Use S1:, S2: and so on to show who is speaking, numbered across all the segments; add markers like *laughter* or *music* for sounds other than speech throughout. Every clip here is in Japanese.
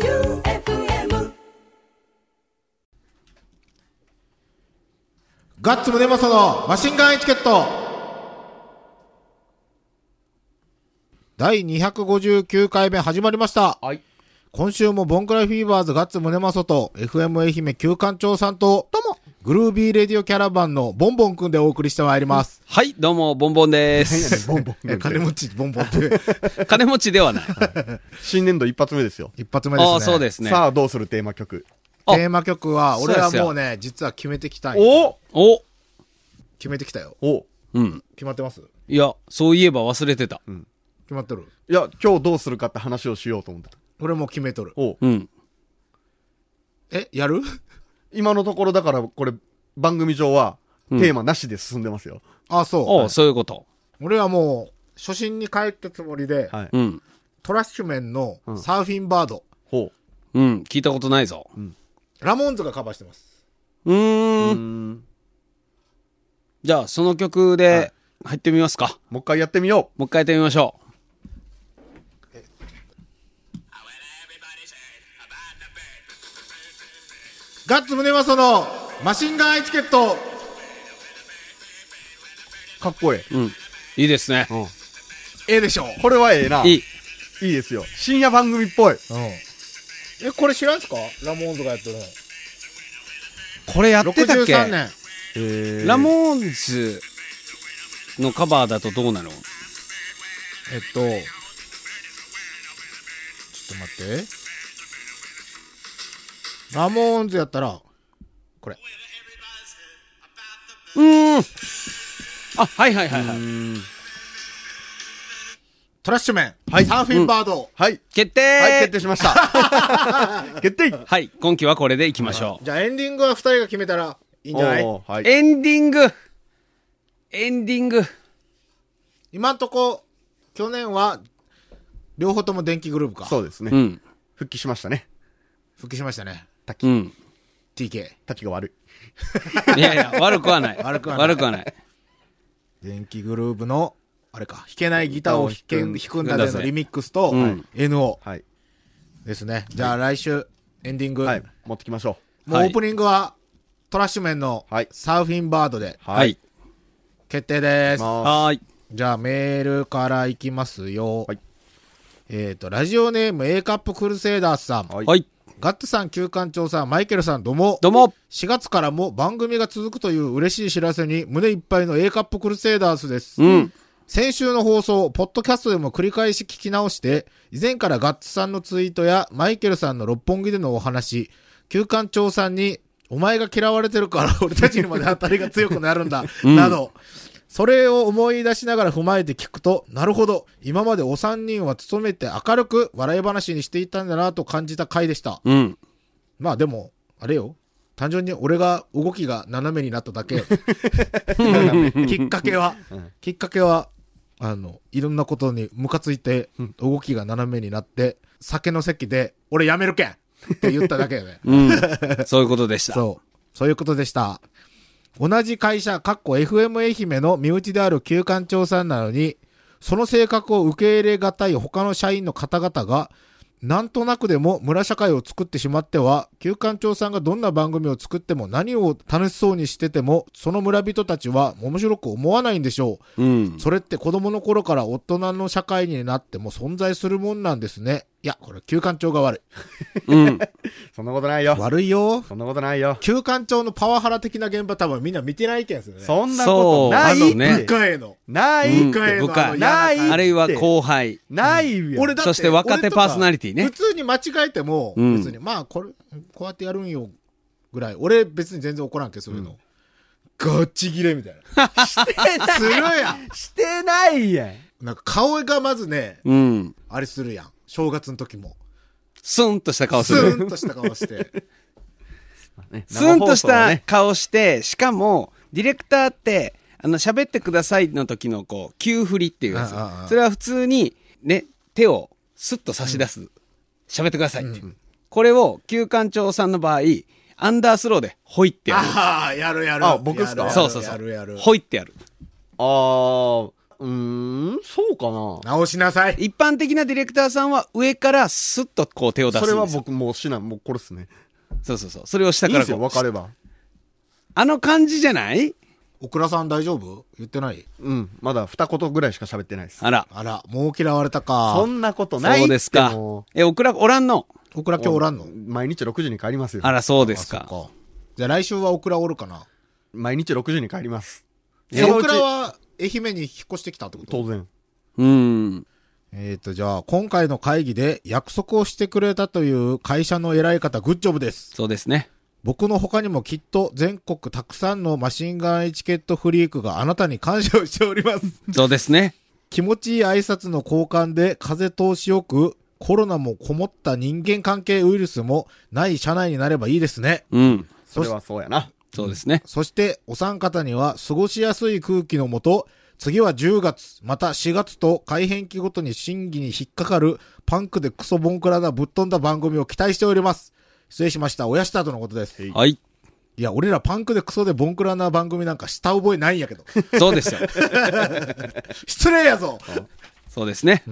S1: J-O-E-U-F-M
S2: ガッツムネマソのマシンガンエチケット第259回目始まりました。
S3: はい。
S2: 今週もボンクラフィーバーズガッツムネマソと FM 愛媛旧館長さんと、グルービーレディオキャラバンのボンボンくんでお送りしてまいります。
S3: はい、どうも、ボンボンです。
S4: ボンボン
S2: え金持ちボンボン
S3: *laughs*
S2: って、
S3: 金持ちではない。
S4: 新年度一発目ですよ。
S2: 一発目ですね。
S3: ああ、そうですね。
S4: さあ、どうするテーマ曲。
S3: あ
S2: テーマ曲は、俺は
S3: そうですよ
S2: もうね、実は決めてきたんよ
S4: お
S3: お
S2: 決めてきたよ。
S4: お
S3: うん。
S2: 決まってます
S3: いや、そういえば忘れてた。
S2: 決まってる
S4: いや、今日どうするかって話をしようと思ってた。
S2: 俺もう決めとる。
S4: お
S3: うん。
S2: え、やる *laughs*
S4: 今のところだから、これ、番組上は、テーマなしで進んでますよ。
S2: あ、そう。
S3: おそういうこと。
S2: 俺はもう、初心に帰ったつもりで、
S4: はい。
S3: うん。
S2: トラッシュメンのサーフィンバード、
S4: ほ
S3: うん。聞いたことないぞ。
S2: ラモンズがカバーしてます。
S3: うー。
S4: う。うんん。
S3: じゃあ、その曲で入ってみますか。
S4: もう一回やってみよ
S3: もう一回やってみましょう。
S2: ガッツムネマソのマシンガンエチケット
S4: う。かっこええ。
S3: いいですね。
S2: ええでしょう。
S4: これはええな。
S3: い
S4: い
S3: い。
S4: いですよ。深夜番組っぽい。
S2: うん。え、これ知らんすかラモンズがやってるの。
S3: これやってたっけ
S2: 63年。
S4: え
S3: ラモーンズのカバーだとどうなの
S2: えっと、ちょっと待って。ラモーンズやったら、これ。
S3: うーん。あ、はいはいはいはい。
S2: トラッシュメン、サーフィンバード。
S4: はい。
S3: 決定
S4: はい、決定しました。決定
S3: はい、今期はこれでいきましょう。
S2: じゃあエンディングは二人が決めたらいいんじゃない
S4: おーはい。
S3: エンディングエンディング
S2: 今んとこ、去年は、両方とも電気グループか。
S4: そうですね、
S3: うん。
S4: 復帰しましたね。
S2: 復帰しましたね。
S3: うん。
S2: TK。
S4: 立ちが悪い。
S3: いやいや、悪くはない。
S2: 悪くはない
S3: 悪くはない。
S2: 電気グループの、あれか、弾けないギターを弾けん弾くんだ
S3: 弾くんだ
S2: ぜ
S3: ぜ
S2: のリミックスと、
S3: うん
S2: はい NO
S4: はい。
S2: ですね。じゃあ来週、エンディング。
S4: はい。持ってきましょ
S2: もうオ
S3: はい
S2: ープニングは、トラッシュメンの
S4: はい
S2: サーフィンバードで
S4: う。
S3: はい。。
S2: 決定です。
S4: まあ、
S3: はーい。
S2: じゃあメールからいきますよ。
S4: はい
S2: えっと、ラジオネーム A カップクルセイダーズさん。
S4: はい
S3: はい。
S2: ガッツさん、旧館長さん、マイケルさん、どうも。
S3: どうも。
S2: 4月からも番組が続くという嬉しい知らせに胸いっぱいの A カップクルセイダーズです。
S3: うん。
S2: 先週の放送、ポッドキャストでも繰り返し聞き直して、以前からガッツさんのツイートやマイケルさんの六本木でのお話、旧館長さんに、お前が嫌われてるから *laughs* 俺たちにまで当たりが強くなるんだ、など、それを思い出しながら踏まえて聞くと、なるほど、今までお三人は努めて明るく笑い話にしていたんだなと感じた回でした。
S3: うん。。
S2: まあでも、あれよ。単純に俺が動きが斜めになっただけ。きっかけは、きっかけは、あの、いろんなことにムカついて、動きが斜めになって、酒の席で、俺やめるけんって言っただけよね
S3: うん。そういうことでした。
S2: そう。そういうことでした。同じ会社、かっこ FM 愛媛の身内である旧館長さんなのに、その性格を受け入れがたい他の社員の方々が、なんとなくでも村社会を作ってしまっては、旧館長さんがどんな番組を作っても何を楽しそうにしてても、その村人たちは面白く思わないんでしょう。
S3: うん。
S2: それって子供の頃から大人の社会になっても存在するもんなんですね。いや、これ旧館長が悪
S3: うん。
S4: そんなことない
S2: い。
S4: よ。
S2: 悪いよ。
S4: そんなことないよ。
S2: 旧館長のパワハラ的な現場多分みんな見てないけんですよね。
S4: そんなこと
S3: そうあ
S4: ない
S3: のね
S2: 一回の。
S4: ない、
S3: うん
S2: 一回の
S3: 部下
S2: あの嫌な
S4: ない
S2: 感
S3: あるいは後輩。
S4: ないよ。
S2: 俺だって
S3: そして若手パーソナリティね
S2: 俺とか普通に間違えても、
S3: うん
S2: 別に、まあ、これ、こうやってやるんよ、ぐらい。俺、別に全然怒らんけど、そういうの。ガチ切れみたいな。
S3: *laughs*
S4: してな
S2: するやん。
S4: い。してないやん。
S2: なんか顔がまずね、
S3: うん。
S2: あれするやん。正月の時も。
S3: スンとした顔す
S2: ス
S3: る。
S2: ーンとした顔
S3: *laughs*
S2: して。
S3: スンとした顔して、しかも、ディレクターって、あの、喋ってくださいの時の、こう、急振りっていう
S2: あ
S3: や
S2: あああ
S3: つ。それは普通に、ね、手をスッと差し出す。喋ってくださいっていう。これを、旧館長さんの場合、アンダースローで、ほいってや
S2: ああ、やるやる。
S4: あ僕っす
S2: や
S3: る。
S4: か
S2: る
S3: そうそうそ
S2: やるや
S3: う。
S2: る。
S3: ほいってやる。
S4: あー、うーん、そうかな。
S2: 直しなさい。
S3: 一般的なディレクターさんは上からスッとこう手を出すん
S4: そ
S3: です
S4: れ
S3: よ
S4: は僕もうしない。もうこれっすね。
S3: そうそうそう。それを下
S4: いい
S3: か
S4: で
S3: ら
S4: す
S3: こ
S4: よ、
S3: う
S4: 分かれば。
S3: あの感じじゃない
S2: オクラさん大丈夫言ってない
S4: うん、まだ二言ぐらいしか喋ってないです。
S3: あら。
S2: あら、もう嫌われたか。
S4: そんなことない
S3: そ
S4: って
S3: うですか
S4: も。
S3: え、オクラ、おらんの
S2: オクラ
S4: う
S2: 今日おらんの
S4: 毎日6時に帰りますよ
S3: あ。ら、そうです
S2: あ
S3: か。
S2: そっじゃあ来週はオクラおるかな
S4: 毎日6時に帰ります。
S2: え
S4: その
S2: オ
S4: う
S2: ク
S4: ち
S2: ラは愛媛に引っ越してきたってこと
S4: 当然。
S3: うん。
S2: えっ、と、じゃあ、今回の会議で約束をしてくれたという会社の偉い方、グッジョブです。
S3: そうですね。
S2: 僕の他にもきっと全国たくさんのマシンガンエチケットフリークがあなたに感謝をしており
S3: *laughs*
S2: ます。
S3: そうですね。
S2: 気持ちいい挨拶の交換で風通しよく、コロナもこもった人間関係ウイルスもない社内になればいいですね。
S3: うん。
S4: それはそうやな。
S3: そうですね。
S2: そして、お三方には過ごしやすい空気のもと、次は10月、また4月と改変期ごとに審議に引っかかる、パンクでクソボンクラなぶっ飛んだ番組を期待しております。失礼しました。おやしたとのことです。い
S3: はい。
S2: や、俺らパンクでクソでボンクラな番組なんかした覚えないんやけど。 *laughs*
S3: そうですよ。
S2: 失礼やぞ
S3: そうですね。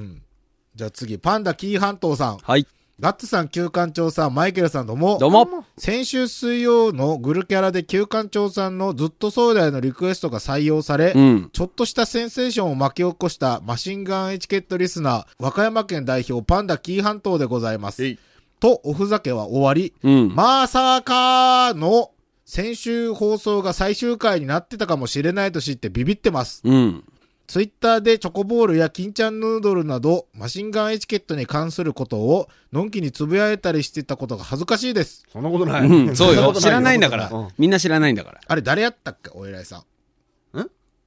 S2: じゃあ次、パンダキー半島さん。
S3: はい。
S2: ガッツさん、旧館長さん、マイケルさんどうも。
S3: どうも。
S2: 先週水曜のグルキャラで旧館長さんのずっと壮大のリクエストが採用され、
S3: うん。
S2: ちょっとしたセンセーションを巻き起こしたマシンガンエチケットリスナー、和歌山県代表パンダ紀伊半島でございま
S4: え
S2: す
S4: い。
S2: と、おふざけは終わり、
S3: うん。
S2: まさかの先週放送が最終回になってたかもしれないと知ってビビってます。
S3: うん。
S2: ツイッターでチョコボールや金ちゃんヌードルなどマシンガンエチケットに関することをのんきにつぶやいたりしてたことが恥ずかしいです。
S4: そんなことない。
S3: うん。そうよ。
S4: こと
S3: 知らないんだか
S4: そんな
S3: ら
S4: こ。
S3: みんな知らないんだから。
S2: あれ誰やったっけお偉いさん。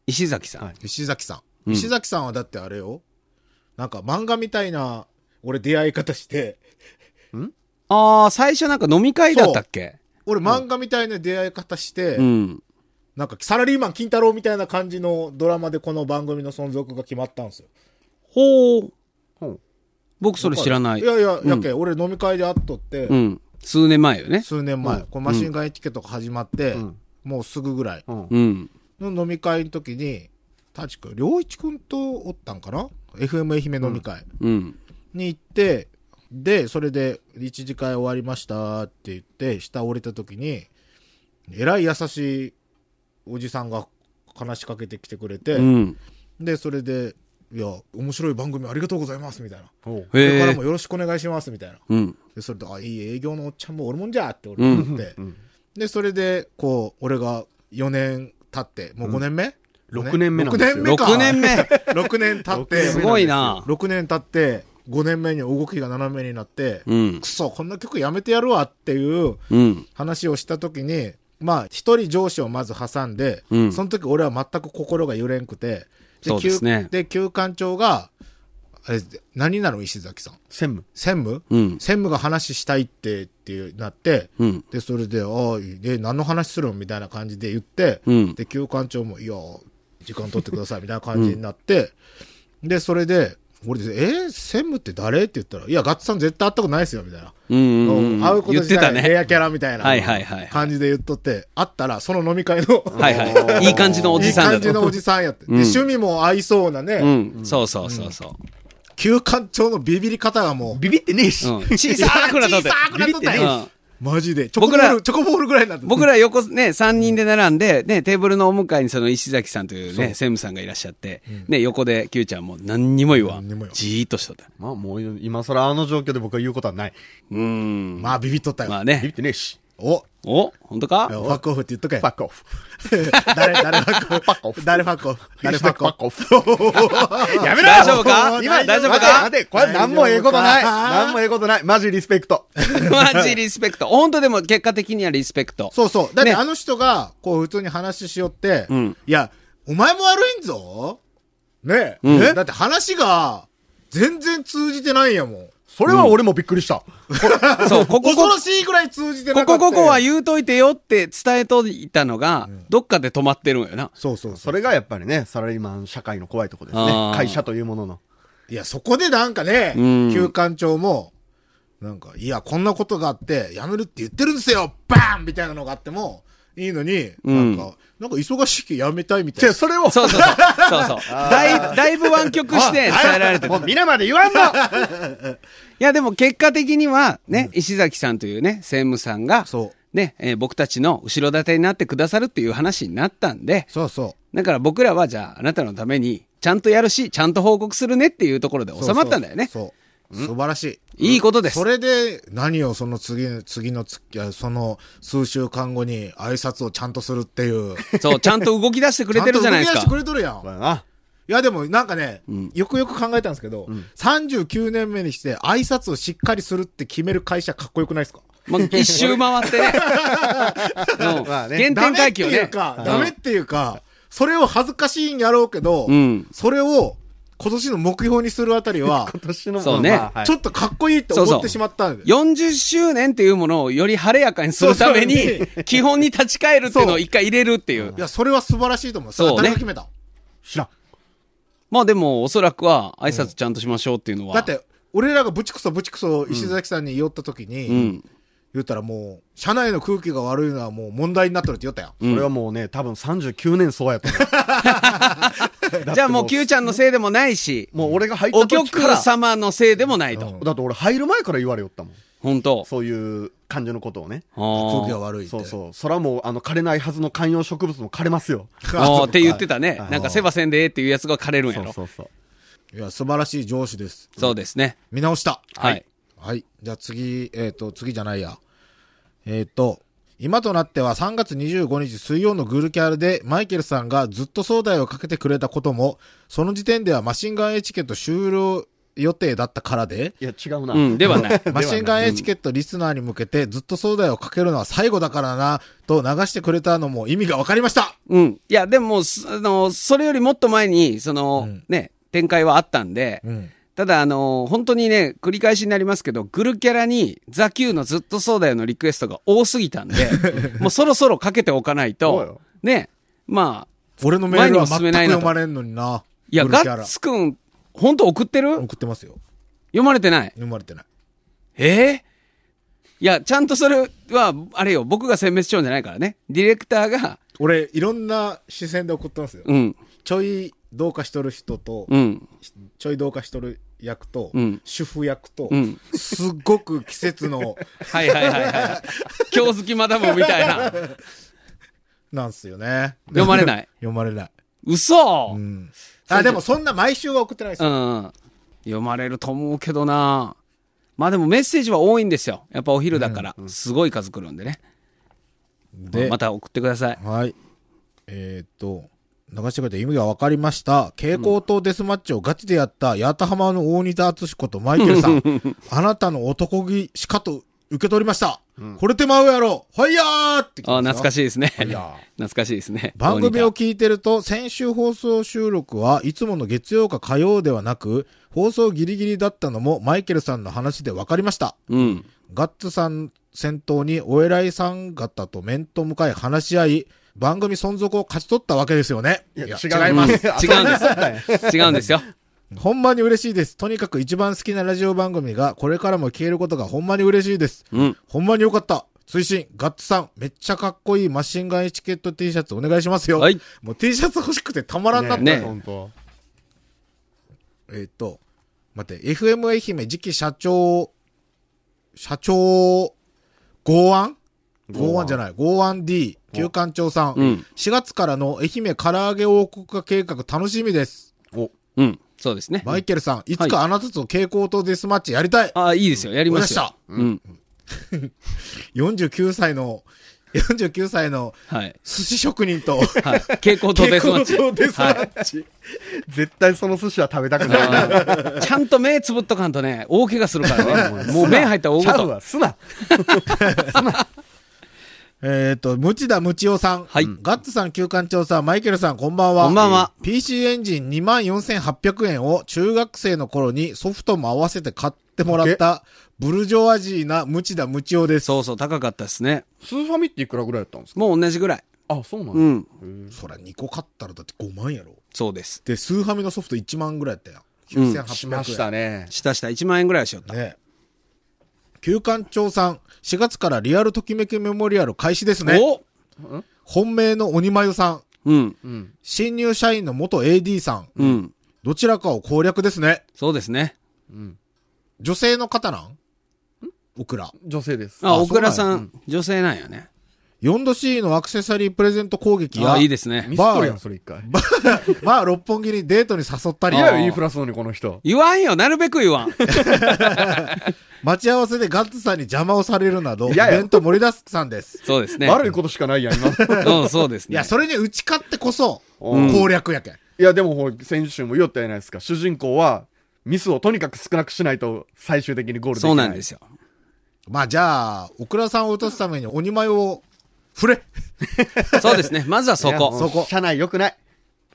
S3: 石崎さん
S4: は。
S2: 石崎さん、
S3: うん
S2: 石崎さんはだってあれよなんか漫画みたいな俺出会い方して *laughs*
S3: ああ、最初なんか飲み会だったっけ
S2: 俺漫画みたいな出会い方して、
S3: うん。
S2: なんかサラリーマン金太郎みたいな感じのドラマでこの番組の存続が決まったんですよ
S3: ほう。
S4: ほう
S3: 僕それ知らない
S2: い。やいや、
S3: うん
S2: やけ俺飲み会で会っとって、
S3: うん。数年前よね。
S2: 数年前、このマシンガンエチケットが始まって、
S4: うん
S2: もうすぐぐらい
S4: うん。
S3: うん。
S2: の飲み会の時に確か良一君とおったんかな FM 愛媛飲み会、
S3: うん。
S2: に行って、で、それで、一次会終わりましたって言って、下降りた時に、えらい優しいおじさんが話しかけてきてくれて、
S3: うん。
S2: で、それで、いや、面白い番組ありがとうございます、みたいな。
S4: おう
S2: これ
S3: へ
S2: から
S3: え
S2: も。よろしくお願いします、みたいな。
S3: うん。
S2: で、それで、あ、いい営業のおっちゃんもおるもんじゃって俺思って、
S4: ん
S2: で、それで、こう、俺が4年経って、もう5年目、
S4: うん六年目なんですよ
S2: 6年目か。
S3: 6年
S2: 6
S3: 目。
S2: 年経って、
S4: 六
S3: すごいな。
S2: 6年経って、5年目に動きが斜めになって、
S3: うん
S2: く。そ、こんな曲やめてやるわっていう
S3: うん。
S2: 話をした時に、まあ、一人上司をまず挟んで、
S3: うん
S2: その時俺は全く心が揺れんくて、
S3: そうですね
S2: 旧で、旧館長が、あれ、何なの石崎さん。
S4: 専務。
S2: 専務、
S3: うん。
S2: 専務が話したいって、っていうなって、
S3: うん。
S2: で、それで、ああ、で、何の話するのみたいな感じで言って、
S3: うん。
S2: で、旧館長も、いや、時間取ってください、みたいな感じになって、で、それで、俺で、えー専務って誰って言ったら、いや、ガッツさん絶対会ったことないですよ、みたいな。
S3: うんうん
S2: 会うこ
S3: 言
S2: と
S3: って
S2: 自
S3: た
S2: 体、レ
S3: ね。
S2: アキャラみたいな
S3: はいはいはい
S2: 感じで言っとって、会ったら、その飲み会の、
S3: はいはい。いい感じのお
S2: い
S3: じ
S2: い
S3: さんだ
S2: 感
S3: と。
S2: じのおじさんやって。で
S3: うん
S2: 趣味も合いそうな
S3: う
S2: ね、
S3: ん。そうそうそうそう。
S2: 旧館長のビビり方がもう、
S4: ビビってねえし。
S3: うん小さくなっとっ
S2: い
S3: て
S2: や小さくなっとった
S3: う
S2: よ
S3: ん。
S2: マジで。チョコボ
S3: 僕
S2: ー
S3: ら
S2: ル、チョコボールぐらいになってた
S3: 僕ら横ね、3人で並んで、ね、テーブルのお向かいにその石崎さんというね、専務さんがいらっしゃって、ね、横で Q ちゃんも何にも言わ
S2: 何にも言
S3: ん
S2: わ。ん
S3: じーっとしとった。
S4: まあもう今更あの状況で僕は言うことはない。
S3: うーん。
S2: まあ、ビビっとった
S3: ま
S2: よ。
S3: あ
S4: ビビっ
S3: ね。
S4: てねえし。
S2: お、
S3: お本当か
S2: ファックオフって言っとけ
S4: パ。ックオフ。
S2: *laughs* 誰、誰ファックオフ。
S4: パックオフ
S2: 誰ファックオフ。誰ファックオフ。
S4: オフ。 *laughs* やめろ
S3: 大丈夫か今大丈夫か
S4: 待て待てこれ何もええことな
S2: 大
S4: い。
S2: 丈夫か
S4: 何もええことない。マジリスペクト。
S3: マジリスペクト。本当でも結果的にはリスペクト。
S2: そうそう。だって
S3: ね
S2: あの人が、こう普通に話しよって、
S3: うん
S2: いや、お前も悪いんぞねえ、
S3: うん
S2: だって話が、全然通じてないんやもん。
S4: それは俺もびっくりした。
S3: そう、ここ、
S2: 恐
S3: こ
S2: ろしいぐらい通じてな
S3: こ
S2: か
S3: こ、
S2: った。
S3: ここは言うといてよって伝えといたのが、どっかで止まってるんよな。
S2: そうそうそ。
S4: *laughs* そうれがやっぱりね、サラリーマン社会の怖いとこです
S3: あ
S4: ね
S3: ー。
S4: 会社というものの。
S2: いや、そこでなんかね、
S3: うん
S2: 旧館長も、なんか、いや、こんなことがあって、やめるって言ってるんですよバーンみたいなのがあっても、いいのに、
S3: うん
S2: なんか、なんか忙しいけどやめたいみた
S4: じ
S2: い
S4: ゃ
S2: な。
S4: それを、
S3: そうそうそう。そうそう。だい、だいぶ湾曲して伝えられてた。
S4: も
S3: いう
S4: 皆まで言わんの
S3: や、でも結果的には、ね、石崎さんというね、専務さんが、
S2: そう
S3: ね、えー僕たちの後ろ盾になってくださるっていう話になったんで、
S2: *laughs* そうそ
S3: だから僕らはじゃあ、あなたのために、ちゃんとやるし、ちゃんと報告するねっていうところで
S2: う。
S3: 収まったんだよね。
S2: そう。素晴らしい。
S3: いいことです
S2: そ。れで、何をその次、次の月、いやその数週間後に挨拶をちゃんとするっていう。
S3: そう、ちゃんと動き出してくれてるじゃないで
S2: *laughs*
S3: す
S2: ち
S3: か
S2: ゃんと。動き出してくれとるやん。
S4: あ
S2: いやでもなんかね、よくよく考えたんですけど、39年目にして挨拶をしっかりするって決める会社かっこよくないですか
S3: まあ、一周回ってね。
S2: *laughs*
S3: うん
S4: まあ
S3: 原
S4: ね
S3: 点回帰をね。うん
S2: ダメっていうか、ダメっていうか、それを恥ずかしいんやろうけど、
S3: うん
S2: それを今年の目標にするあたりは、
S3: *laughs*
S4: 今年の。
S3: そうね
S4: まあはい
S2: ちょっとかっこいいって
S3: そう
S2: 思
S3: そ
S2: っ
S3: う
S2: てしまったんで。
S3: 40周年っていうものをより晴れやかにするため
S2: そうそ
S3: に、基本に立ち返るっていうのを一回入れるっていう
S2: い。や、それは素晴らしいと思う。
S3: そう
S2: そ
S3: ね
S2: れは誰が決めた、
S4: 知らん。
S3: まあでも、おそらくは挨拶ちゃんとしましょうっていうのは。
S2: だっ、て、俺らがブチクソブチクソ石崎さんに言おった時に、
S3: うん。
S2: 言ったらもう、社内の空気が悪いのはもう問題になってるって言ったやん。
S4: それはもうね、多分39年そうやと思う
S3: じゃあもう Q ちゃんのせいでもないし、
S4: もう俺が入っ
S3: お
S4: た時か
S3: 客
S4: ら。
S3: 様のせいでもないと。
S4: だって俺入る前から言われよったもん。
S3: 本当。
S4: そういう感じのことをね。
S3: あー
S2: 空気が悪いって。
S4: そうそう。そらもう、あの、枯れないはずの観葉植物も枯れますよ。
S3: あーって言ってたね
S4: は。い
S3: なんかせばせんでええっていうやつが枯れるんや
S4: そ
S3: ろ
S4: う。そうそう。
S2: いや、素晴らしい上司です。
S3: そうですね。
S2: 見直した。
S3: はい。
S2: はい。じゃあ次、えっ、と、次じゃないや。えっ、と、今となっては3月25日水曜のグルキャルでマイケルさんがずっと壮大をかけてくれたことも、その時点ではマシンガンエチケット終了予定だったから
S3: *laughs*
S2: で、
S4: いや、違うな。
S3: うん、では *laughs* ない。
S2: マシンガンエチケットリスナーに向けてずっと壮大をかけるのは最後だからな、と流してくれたのも意味がわかりました
S3: うん。いや、でも、すあの、それよりもっと前に、その、ね、展開はあったんで、
S2: ん
S3: ただ、あの、本当にね、繰り返しになりますけど、グルキャラに、ザ・キューのずっとそうだよのリクエストが多すぎたん *laughs* で、もうそろそろかけておかない
S4: そう
S3: と
S4: よ、
S3: ね、まあ、
S2: 俺のメールは全
S3: 前にも進め
S2: く
S3: ないなと
S2: 読まれんのにな。
S3: いや、
S2: グル
S3: ガ
S2: キャ
S3: ッ
S2: ラ
S3: ツくん、本当送ってる
S2: 送ってますよ。
S3: 読まれてない。
S2: 読まれてない。
S3: ええいや、ちゃんとそれは、あれよ、僕が殲滅しちゃうんじゃないからね。ディレクターが、
S2: 俺、いろんな視線で送ってますよ。
S3: うん、
S2: ちょいどうかしとる人と、
S3: うん、
S2: ちょいどうかしとる役と、
S3: うん
S2: 主婦役と、
S3: うん。
S2: すっごく季節の、 *laughs*
S3: はいはいはいはい。今日好きマダムみたいな。
S2: なんすよね。
S3: 読まれない。
S2: *laughs* 読まれない。
S3: 嘘、
S2: う
S3: う、
S2: んん。あ、でもそんな毎週は送ってないですよ。
S3: 読まれると思うけどな。まあでもメッセージは多いんですよ。やっぱお昼だから。すごい数来るんでね。
S2: で、
S3: また送ってください。
S2: はい。えーっと、流してくれた意味が分かりました。蛍光灯デスマッチをガチでやった、八幡浜の大仁田敦彦とマイケルさ
S3: *laughs*
S2: ん。 *laughs* あなたの男気しかと受け取りました。惚れてまうやろファイヤーって来てま
S3: あ
S2: すよ
S3: 懐かしいですね。
S2: や
S3: *laughs* 懐かしいですね。
S2: 番組
S3: どう
S2: を
S3: にか
S2: 聞いてると、先週放送収録はいつもの月曜か火曜ではなく、放送ギリギリだったのもマイケルさんの話で分かりました。
S3: うん。
S2: ガッツさん先頭にお偉いさん方と面と向かい話し合い、番組存続を勝ち取ったわけですよね。
S4: いや、
S3: 違
S4: 違い
S3: い
S4: ま。
S3: ます
S4: *laughs*
S3: す。違うんです。違うんですよ。
S2: ほんまに嬉しいです。とにかく一番好きなラジオ番組がこれからも消えることがほんまに嬉しいです。
S3: うん。
S2: ほんまによかった。推進、ガッツさん、めっちゃかっこいいマシンガンエチケット T シャツお願いしますよ。
S3: はい
S2: もう T シャツ欲しくてたまらんなったよ
S3: ね
S4: 本当。
S2: えーっと、待って、FM 愛媛次期社長、社長、剛腕剛腕じゃない、剛腕 D、旧館長さん,、
S3: うん
S2: 4月からの愛媛唐揚げ王国化計画楽しみです。
S4: お、
S3: うん。そうですね。
S2: マイケルさん、いつ
S3: は
S2: かあなたと蛍光灯デスマッチやりたい、
S3: ああ、いいですよ。やりまし
S2: わ
S3: た
S2: か。
S3: うん。
S2: !49 歳の、49歳の
S3: はい。
S2: 寿司職人と、
S3: はい。蛍光灯デスマッチ。
S2: 蛍光灯デスマ
S3: はい
S2: ッチ。
S4: 絶対その寿司は食べたくない。
S3: あーちゃんと目つぶっとかんとね、大怪我するからね。 *laughs* もう目入ったら大
S4: ち
S3: ご
S4: ゃう
S3: と。
S4: わ、すな。
S2: えっ、と、ムチダムチオさん。
S3: はい
S2: ガッツさん、旧館長さん、マイケルさん、こんばんは。
S3: こんばんは
S2: えー。PC エンジン24,800円を中学生の頃にソフトも合わせて買ってもらった、ブルジョワジーなムチダムチオです。
S3: そうそう、高かったですね。
S4: スーファミっていくらぐらいだったんですか
S3: もう同じぐらい。
S4: あ、そうな
S3: う
S4: の
S3: ん。
S2: そら、2個買ったらだって5万やろ。
S3: そうです。
S2: で、スーハミのソフト1万ぐらいやったやん。
S3: うん
S2: 9800円。
S4: しましたね。
S3: 下下1万円ぐらいしよった。
S2: ね。旧館長さん、4月からリアルときめきメモリアル開始ですね。
S3: お
S2: 本命の鬼まゆさん、
S3: うん。
S4: うん。
S2: 新入社員の元 AD さん、
S3: うん。
S2: どちらかを攻略ですね。
S3: そうですね。
S4: うん。
S2: 女性の方なんオクラ。
S4: 女性です。
S3: あ、
S2: あ
S3: 小倉
S2: そう
S3: さ、
S2: なん
S3: 女性なんやね。
S2: 4°C のアクセサリープレゼント攻撃や、
S3: あ、いいですね。
S4: ミスっとるやん、それ一回。
S2: まあ、六本木にデートに誘ったり
S4: い、や
S3: あ
S4: よ、言いふらすのに、この人。
S3: 言わんよ。なるべく言わん。
S2: 待ち合わせでガッツさんに邪魔をされるなど、イ
S4: いやいや
S2: ベント盛りだくさんです。
S3: そうですね。
S4: 悪いことしかないやん、今。
S3: うん、そうですね。
S2: いや、それに打ち勝ってこそ、
S4: うん
S2: 攻略やけん。
S4: いや、でもほら、先週も言おったじゃないですか。主人公は、ミスをとにかく少なくしないと、最終的にゴールできない。
S3: そうなんですよ。
S2: まあ、じゃあ、オクラさんを落とすために鬼眉を振
S4: *laughs*
S2: れ
S3: そうですね。まずはそ
S4: いやもう
S3: こ。
S2: そこ
S4: 社内良くない。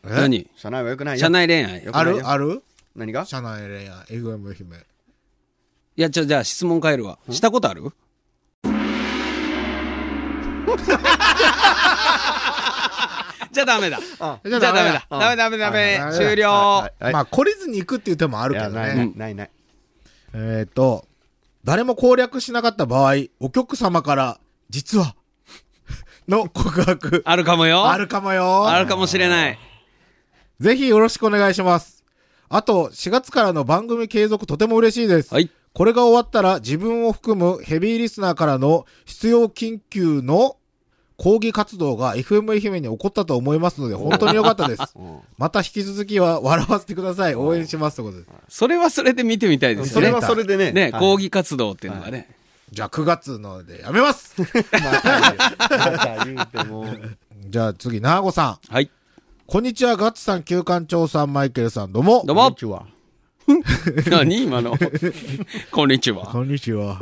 S3: 何
S4: 社内は良くないよ。
S3: 社内恋愛。い
S4: よくな
S2: あ
S4: いよ
S2: るある
S4: 何が
S2: 社内恋愛、えぐいも愛媛。
S3: や、ちょ、じゃあ質問変えるわ。したことあるじゃあダメだ。じゃあ
S4: う
S3: ダメ
S4: ん
S3: だ。
S4: うん
S3: ダメダメダメ
S2: は。い
S3: 終了
S4: は。いはい
S2: まあ、懲りずに行くっていう手もある
S4: い
S2: け
S4: や
S2: ど
S4: な
S2: ね。
S4: いないないない。
S2: えっ、と、誰も攻略しなかった場合、お客様から、実は、 *laughs* の告白、
S3: あるかもよ。
S2: あるかもよ。
S3: あるかもしれない。
S2: ぜひよろしくお願いします。あと、4月からの番組継続とても嬉しいです。
S3: はい。
S2: これが終わったら自分を含むヘビーリスナーからの必要緊急の抗議活動が FM 愛媛に起こったと思いますので、本当に良かった
S3: *laughs*
S2: です。また引き続きは笑わせてください。応援しますということです。
S3: それはそれで見てみたいです
S4: そ
S3: よ
S4: れ
S3: ね。
S4: はそれでね。
S3: ね、
S4: はい
S3: 抗議活動っていうのがね。
S2: じゃあ9月のでやめます
S3: *laughs*
S4: また言うても。
S2: じゃあ次、なーごさん。
S3: はい。
S2: こんにちは、ガッツさん、旧館長さん、マイケルさん、どうも。
S3: どう
S4: こんに
S3: も
S4: ちは。
S3: 何今の。 *laughs* こんにちは。
S2: こんにち *laughs* は。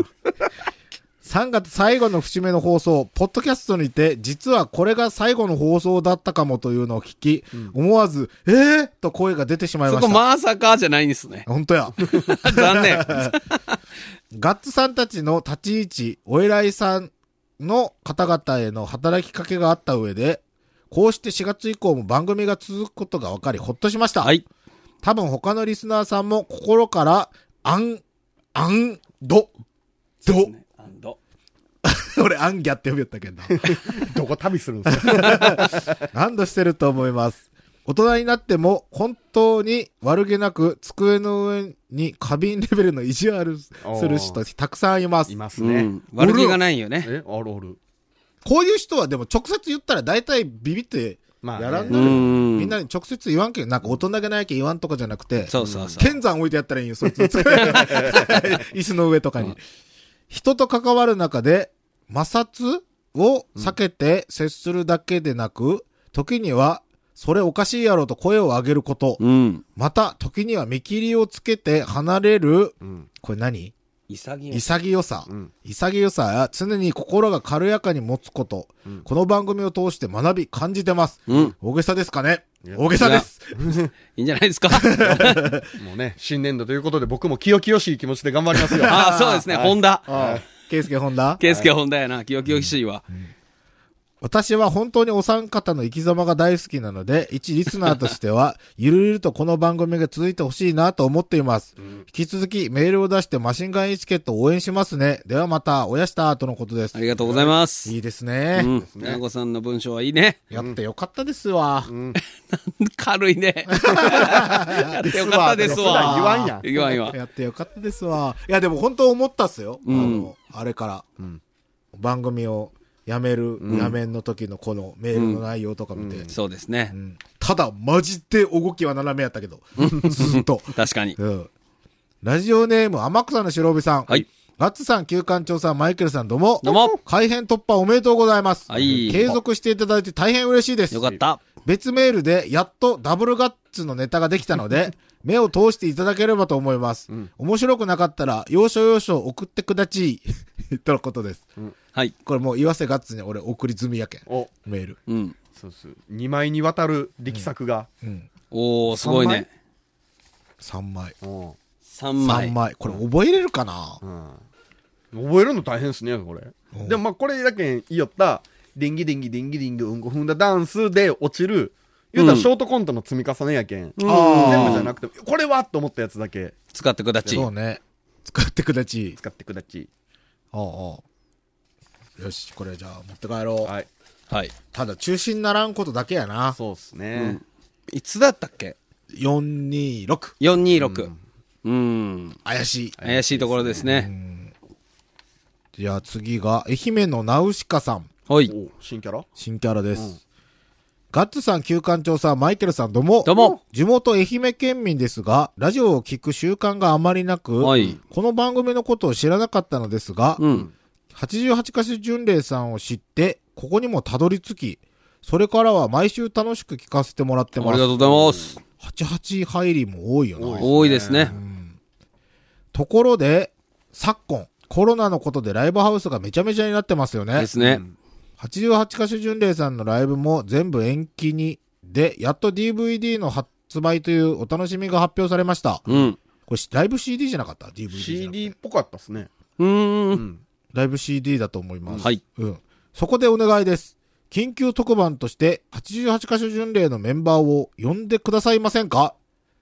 S2: 3月最後の節目の放送、ポッドキャストにて、実はこれが最後の放送だったかもというのを聞き、思わず、えー、と声が出てしまい
S3: そ
S2: ました。。
S3: こまさかじゃないんですね
S2: *laughs* 本当や。
S3: 残念。
S2: ガッツさんたちの立ち位置、お偉いさんの方々への働きかけがあった上で、こうして4月以降も番組が続くことが分かり、ほっとしました。
S3: はい。
S2: 多分他のリスナーさんも心から、あん、あん、ど、ど、
S3: アンド
S2: 俺、アンギャって呼びよったけんな。 *laughs*
S4: どこ旅するんです *laughs* か
S2: 何度してると思います。大人になっても本当に悪気なく机の上に過敏レベルの意地悪す
S4: おー
S2: る人たくさんいます
S4: い。ます
S3: う
S4: ね
S3: ん。。悪気がないよね。
S4: え、あるある。
S2: こういう人はでも直接言ったら大体ビビって
S4: まあね
S2: やらん
S3: う
S2: なるよ。
S3: ん。
S2: みんなに直接言わんけん、なんか大人げないけん言わんとかじゃなくて、
S3: そうそうそう。
S2: 剣山置いてやったらいいよ、
S4: *laughs*
S2: そいつ。椅子の上とかに。人と関わる中で、摩擦を避けて接するだけでなく、時には、それおかしいやろと声を上げること、
S3: うん。
S2: また、時には見切りをつけて離れる、
S4: うん。
S2: これ何
S3: 潔い。
S2: 潔さ
S4: う。ん。
S2: 潔さや常に心が軽やかに持つこと、この番組を通して学び感じてます。
S3: うん。
S2: 大げさですかね
S4: いや
S2: 大げさです。
S3: いいんじゃないです *laughs* か。
S4: もうね、新年度ということで僕も清々しい気持ちで頑張ります *laughs* よ。
S3: ああ、そうですね。ホンダ。
S2: ケイスケホンダ
S3: ケイスケホンダやな。清々しいわ。
S2: 私は本当にお三方の生き様が大好きなので、一リスナーとして
S3: *laughs*
S2: は、ゆるゆるとこの番組が続いてほしいなと思っています。引き続きメールを出してマシンガンエチケットを応援しますね。ではまた、おやしたとのことです
S3: あ。りがとうございます。
S2: いいです
S3: う
S2: ね。
S3: ん。なごさんの文章はいいね。 *laughs*
S2: やってよかったですわ。
S3: 軽い *laughs* ね。やってよかったです
S4: 普段
S3: わ。
S4: 言わんやん。
S3: 言わん言わん。
S2: やってよかったですわ。いや、でも本当思ったっすよ。
S3: ん
S2: あの、あれから、番組をやめる、やめんの時のこのメールの内容とか見て。
S3: そうですね
S2: う。んただ、マジで動きは斜めやったけど、ずっと。
S3: 確かに。
S2: うん。ラジオネーム、天草の白帯さん。
S3: はい。
S2: ガッツさん、旧館長さん、マイケルさん、どうも。
S3: どうも。
S2: 改編突破おめでとうございます。
S3: はい
S2: 継続していただいて大変嬉しいです。
S3: よかった。
S2: 別メールで、やっとダブルガッツのネタができたので、目を通していただければと思います。面白くなかったら、要所要所送ってくだちい。 *laughs* とのことです。
S3: はい。
S2: これもう、岩瀬ガッツに俺送り済みやけん。
S4: お、
S2: メール。
S3: うん。
S4: そうです。2枚にわたる力作が。
S3: おー、すごいね。
S2: 3枚。
S4: うん。
S3: 3
S2: 3
S3: 枚。
S2: 枚。これ覚えれるかな
S4: うん覚えるの大変ですねこれ
S2: うん
S4: でもまあこれだけ言いよった「デンギデンギデンギデンギうんこ踏んだダンス」で落ちる言うたらショートコントの積み重ねやけん、全部じゃなくてこれはと思ったやつだけ
S3: 使ってくだち。
S2: そうね。使ってくだちい。
S4: 使ってくだち
S2: ああああよしこれじゃあ持って帰ろう、
S4: はい
S3: はい。
S2: ただ中心ならんことだけやな。
S4: そうっすね。
S3: いつだったっけ
S2: 426。
S3: ?426。うん。
S2: 怪しい。
S3: 怪しいところですね。
S2: じゃあ次が、愛媛のナウシカさん。
S3: ほい。
S4: お新キャラ
S2: 新キャラです。ガッツさん、旧館長さん、マイケルさん、どうも。
S3: どうも。
S2: 地元愛媛県民ですが、ラジオを聞く習慣があまりなく、
S3: はい
S2: この番組のことを知らなかったのですが、
S3: うん。
S2: 88カ所巡礼さんを知って、ここにもたどり着き、それからは毎週楽しく聞かせてもらって
S3: あり
S2: ま
S3: が
S2: す。
S3: とうございます。
S2: 88入りも多いよな。
S3: 多いですね。
S2: ところで、昨今、コロナのことでライブハウスがめちゃめちゃになってますよね
S3: で。すね。
S2: 88カ所巡礼さんのライブも全部延期に、で、やっと DVD の発売というお楽しみが発表されました。
S3: うん。
S2: これ、ライブ CD じゃなかった ?DVD じゃなくて
S4: CD っぽかったっすね。
S3: うー。
S4: うんん。
S2: ライブ CD だと思います。
S3: はい。
S2: うん。そこでお願いです。緊急特番として、88カ所巡礼のメンバーを呼んでくださいませんか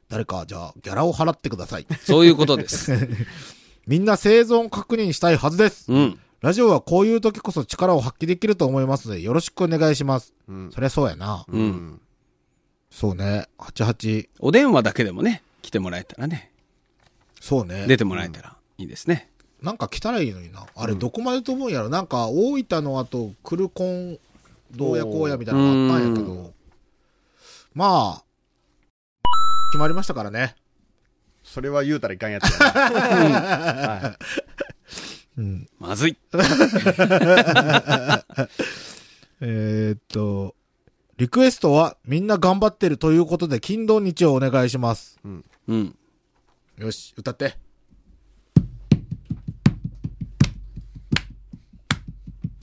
S2: 誰か、じゃあ、ギャラを払ってください。
S3: そういうことです。
S2: みんな生存確認したいはずです。
S3: うん。
S2: ラジオはこういう時こそ力を発揮できると思いますので、よろしくお願いします。
S4: うん
S2: そりゃそうやな。
S3: う。
S4: うんん。
S2: そうね。88。
S3: お電話だけでもね、来てもらえたらね。
S2: そうね。
S3: 出てもらえたらいいですね。
S2: なんか来たらいいのにな。あれ、どこまで飛ぶんやろ、なんか、大分の後、クルコン、どうやこうやみたいなのがあったんやけ
S3: う
S2: ど。まあ、決まりましたからね。
S4: それは言うたらいかんやつやな *laughs* は
S3: まずい。
S2: えーっと、リクエストはみんな頑張ってるということで、金土日をお願いします。
S3: うん。
S2: よし、歌って。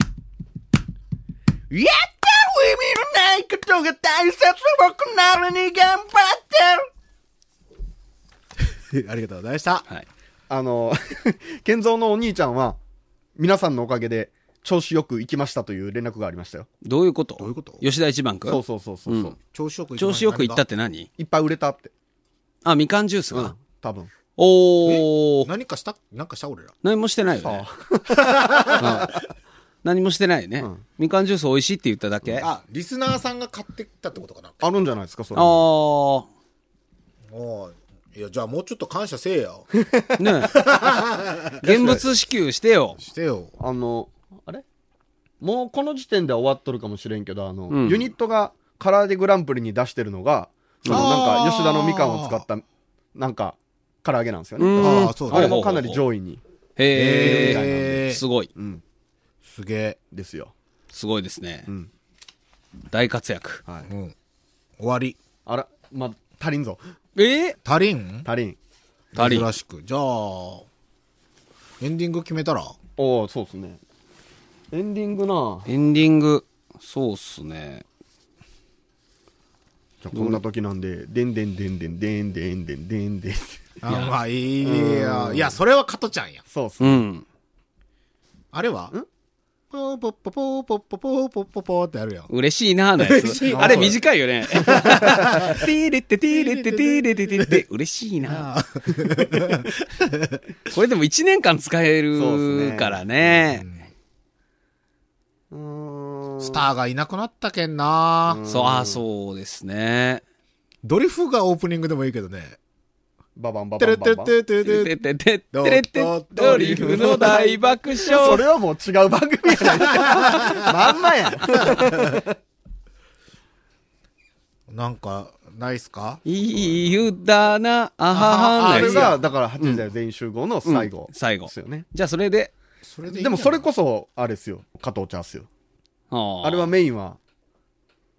S4: い。やったる意味のないことが大切僕なのに頑張って
S2: *laughs*
S4: る
S2: ありがとうございました。
S3: はい。
S4: あの、 *laughs* 健三のお兄ちゃんは、皆さんのおかげで、調子よく行きましたという連絡がありましたよ。
S3: どういうこと
S2: どういうこと
S3: 吉田一番くん
S4: そうそうそうそう。う
S3: うん
S2: 調子よく
S3: 調子よく行ったってて何
S4: いっぱい売れたって。
S3: あ、みかんジュース
S4: う
S3: が
S4: ん。。多分。
S3: おー。
S2: 何かした何かした俺ら。
S3: 何もしてないよね
S4: あ。
S3: 何もしてないね
S4: ん。
S3: みかんジュース美味しいって言っただけ。あ
S2: あ、リスナーさんが買ってきたってことかな。
S4: あるんじゃないですか、それ。
S3: ー。
S2: おういや、じゃあもうちょっと感謝せえ
S4: *laughs*
S2: や。
S3: ねえ現物支給してよ。
S2: してよ。
S4: あの、あれもうこの時点では終わっとるかもしれんけど、あの、
S3: うん
S4: ユニットがカラーでグランプリに出してるのが、その
S2: あー
S4: なんか吉田のみかんを使った、なんか、唐揚げなんですよ
S3: うん
S4: ね。
S2: ああ、そう
S4: あ
S2: だ
S4: れ
S2: ね。
S4: もかなり上位に、
S3: へえ。
S2: え
S3: すごい。
S4: うん、
S2: すげえ。
S4: ですよ。
S3: すごいですね
S4: う。ん。
S3: 大活躍。
S4: はい。
S2: うん。終わり。
S4: あら、ま、足りんぞ。
S3: え
S2: 足りん
S4: 足りん。
S3: 足りん
S2: 珍しく。じゃあ、エンディング決めたら
S4: おおそうっすね。エンディングな
S3: エンディング、そうっすね。
S4: じゃあこんな時なんで、でんでんでんでんでんでんでんでんでん。
S2: あまあいいや。いや、それは加トちゃんや。
S4: そうっす
S3: う
S4: ね。
S3: ん。
S2: あれはポーポッポポーポッポポーポッポポーってあるやん。
S3: 嬉しいなーのやつ。あれ短いよね。ティーレってティーレってティーレってティーレって嬉しいなー。これでも1年間使え
S4: そうっす
S3: る
S4: ね
S3: からね。
S4: うーん
S2: スターがいなくなったけんな。
S3: そう、あーそうですね。
S2: ドリフがオープニングでもいいけどね。
S4: ババンバ
S2: て
S4: バン
S2: れ
S4: バ
S2: てれ
S4: ンバン。
S2: てれて
S3: て
S2: れ。
S3: てててれてドリフの大爆
S4: そ
S3: 笑。
S4: れはもう違う番組やないですか。 *laughs* まんまやん。
S2: なんか、ないっすか
S3: いい湯だな、あはは
S4: あ
S3: のや
S4: れ
S3: つや
S4: が、だから8時台全員集合の最後。
S3: うん最後
S4: ですよね。
S3: じゃあそれで、
S2: それでいいんじゃ
S4: で
S2: な
S4: も
S2: い
S4: それこそ、あれですよ。加藤茶っすよ。
S3: あ
S4: あれはメインは、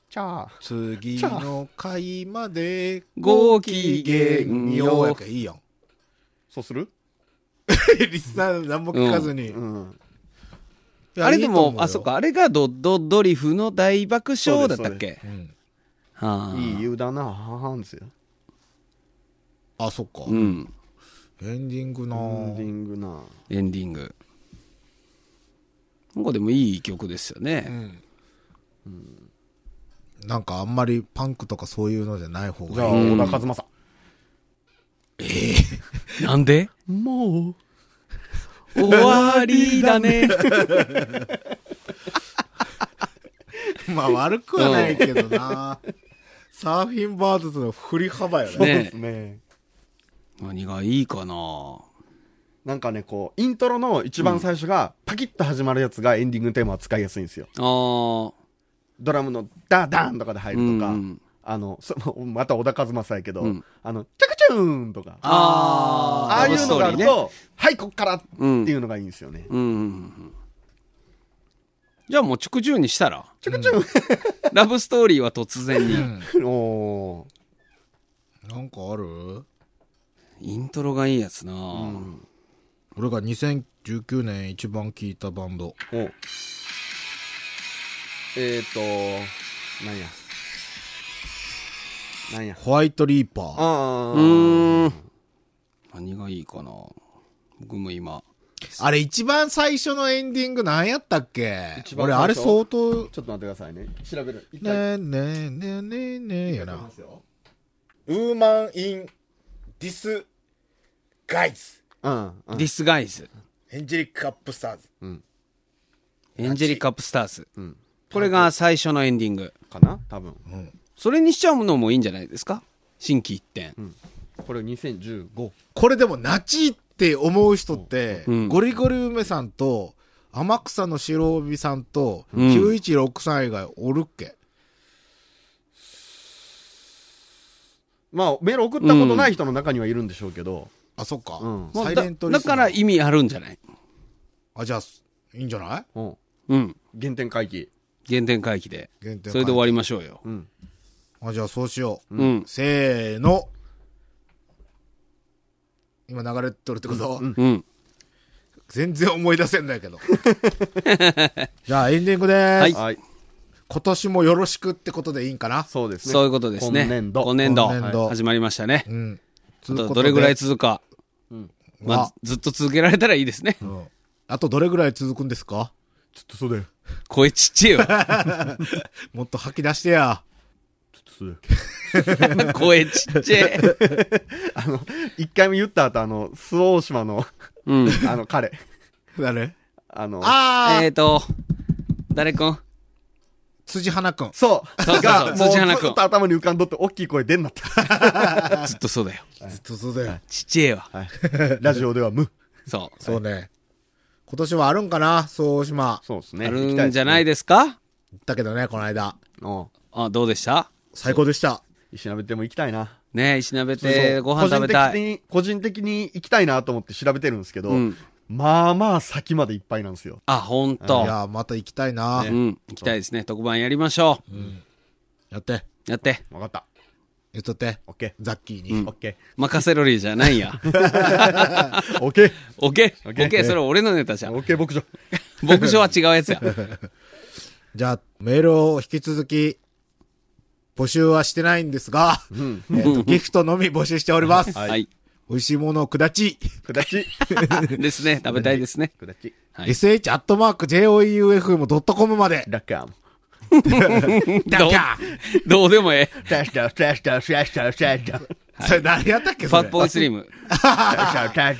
S4: チャー。
S2: 次の回まで
S3: ごきげんよう
S2: ようやくいいやん。
S4: そうする
S2: リスナー何も聞かずに。
S4: うん。
S2: いや
S3: あれで
S2: いいと思
S3: も
S2: う、よ
S3: あ、そっか、あれがドドドリフの大爆笑だったっけ
S2: うん。
S3: はあ
S4: いい湯だな、ははんですよ。
S2: あ、そっか。
S3: うん。
S2: エンディングな
S4: エンデ
S2: ぁ
S4: ィングな。
S3: エンディング。なんかでもいい曲ですよ
S2: う
S3: ね。
S2: ん。なんかあんまりパンクとかそういうのじゃない方
S4: じゃあ、
S2: がいい。
S4: 小田和正。
S3: なんで
S4: もう、
S3: *laughs* 終わりだね。
S2: *laughs* まあ悪くはないけどな。サーフィンバードとの振り幅よ
S4: そう
S2: ね。
S4: ですね。
S3: 何がいいかな
S4: なんかね、こう、イントロの一番最初が、パキッと始まるやつがエンディングテーマは使いやすいんですよ。
S3: あー
S4: ドラムのダーダーンとかで入るとか、
S3: うんうん
S4: あの、そ *laughs* もうまた小田和正やけど、
S3: うん
S4: あの、チャクチューンとか、あ
S3: あー
S4: あいうのがあ
S3: ラブストーリ
S4: ると、
S3: ーね
S4: はい、こっからって
S3: うん
S4: いうのがいいんですよね。
S3: うんうんうんじゃあもうチュクジュにしたら
S4: チャクチュ
S3: ラブストーリーは突然に
S4: ーン、お
S2: なんかある
S3: イントロがいいやつな、
S4: ーうん
S2: 俺が2019年一番聴いたバンド。
S4: おえっ、ー、と、なんや。なんや。
S2: ホワイトリーパー。
S4: あ
S3: う
S4: ー
S3: ーん何がいいかな僕も今
S2: あれ一番最初のエンディング何やったっけ
S4: 一番
S2: 俺
S4: 最初
S2: あれ相当。
S4: ちょっと待ってくださいね。調べる。一
S2: ね
S4: 回
S2: えねえねえねえねえやな。
S5: ウーマン・イン・ディス・ガイズ
S4: うん。うん
S3: ディスガイズ
S5: エンジェリック・アップスターズ
S3: エンジェリック・アップスターズ、
S4: ん
S3: これが最初のエンディング
S4: かな多分。
S3: それにしちゃうのもいいんじゃないですか心機一転、
S4: これ2015。
S2: これでもナチって思う人って、
S3: うん
S2: ゴリゴリ梅さんと天草の白帯さんと
S3: うん
S2: 9163以外おるっけ、
S4: まあ、メール送ったことない人の中にはいるんでしょうけど、
S2: あそっか、
S4: うん
S3: まあ
S2: サイレントリ
S3: だ
S2: ス
S3: だ
S2: ナ
S3: か
S2: ー
S3: ら意味あるんじゃない
S2: あじゃあいいんじゃない
S4: うん。
S3: うん
S4: 原点回帰。
S3: 原点回帰で
S2: 原点回帰
S3: それで終わりましょうよ
S4: うん。
S2: あじゃあそうしよう、
S3: うん、うん
S2: せーの今流れとるってこと、全然思い出せんだ
S3: *laughs*
S2: けどじゃあエンディングです、
S3: はい
S4: はい。
S2: 今年もよろしくってことでいいんかな
S4: そうですね。
S3: そういうことですね
S4: 今年度。
S3: 今年度
S2: 今年度
S3: 始まりましたね、
S2: うん
S3: あとどれぐらい
S2: つ
S3: 続くか、
S2: うことで
S3: まあ、ずっと続けられたらいいですね
S2: あうんあとどれぐらい続くんですか
S4: ちょっとそうだよ。
S3: 声ちっちゃいよ
S2: *laughs* もっと吐き出してや。
S4: ちょっと
S3: *laughs*
S4: そうだよ。
S3: 声ちっちゃい。
S4: あの、一回も言った後、あの、周防大島の、 *laughs*
S3: うん。
S4: あの、彼。
S2: 誰
S4: あの、
S2: あー、
S3: えっと、誰くん
S2: 辻花くん。
S4: そう。
S3: そうそうそう
S4: が、もう
S3: 辻
S4: ず
S3: 花君
S4: っと頭に浮かんどって、大きい声出んなった。
S3: *laughs* ずっとそうだよ。
S2: ずっとそうだよ。
S3: ちっちゃいわ。
S4: はい。 *laughs* ラジオでは無。
S3: そう。
S2: そうね。今年はあるんかなそう大島。
S4: そうですね。
S3: あるんじゃない
S4: で。
S3: ですか
S2: 言ったけどね、この間。
S4: うん。
S3: あ、どうでした
S2: 最高でした。
S4: 石鍋でも行きたいな。
S3: ねえ、石鍋亭ご飯食べた
S4: 個人的
S3: い。
S4: に、個人的に行きたいなと思って調べてるんですけど、
S3: うん
S4: まあまあ先までいっぱいなんですよ。
S3: あ、ほん
S2: い
S3: と。
S2: やー、また行きたいな。
S3: うん。行きたいですね。特番やりましょ
S2: やって。
S3: う。やって。
S4: わかった。
S2: 言っとって。
S4: オッケ
S2: ザッキーに。
S4: ー。オッケ
S3: 任せろりじゃない *laughs* や。
S4: ー。オッケー。
S3: オッケーオ
S4: オッケー
S3: ッケーそれ俺のネタじゃん。
S4: オッケー牧場。
S3: 牧場は違うやつや。
S2: じゃあ、メールを引き続き、募集はしてないんですが、えーとギフトのみ募集しております。
S4: はい
S3: *laughs* はい。
S2: 美味しいものをくだち。
S4: くだち。
S3: ですね。食べたいです *laughs* ね。
S4: くだち。
S3: はい
S2: sh.joeufm.com まで。
S4: ラッカーも。
S3: どうどうでもええ。
S4: ダッシュダッシュダッシュダッシュダッシュダッシュダッシュダッシュ
S2: それ何やったっけ
S3: フ
S2: そ
S3: ァ
S2: れ
S3: ットボーイスリム。
S4: ダッシュ
S2: あー
S4: ダ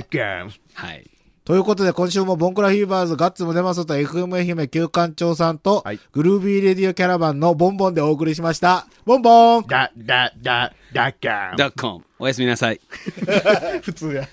S4: ッシュ
S3: はい。
S2: ということで、今週もボンクラフィーバーズガッツムネマソと FM 愛媛旧館長さんと、
S4: はい
S2: グルービーレディオキャラバンのボンボンでお送りしました。ボンボン
S4: ダッダッダッダッカー
S3: ダッコン。おやすみなさい。
S4: 普通や。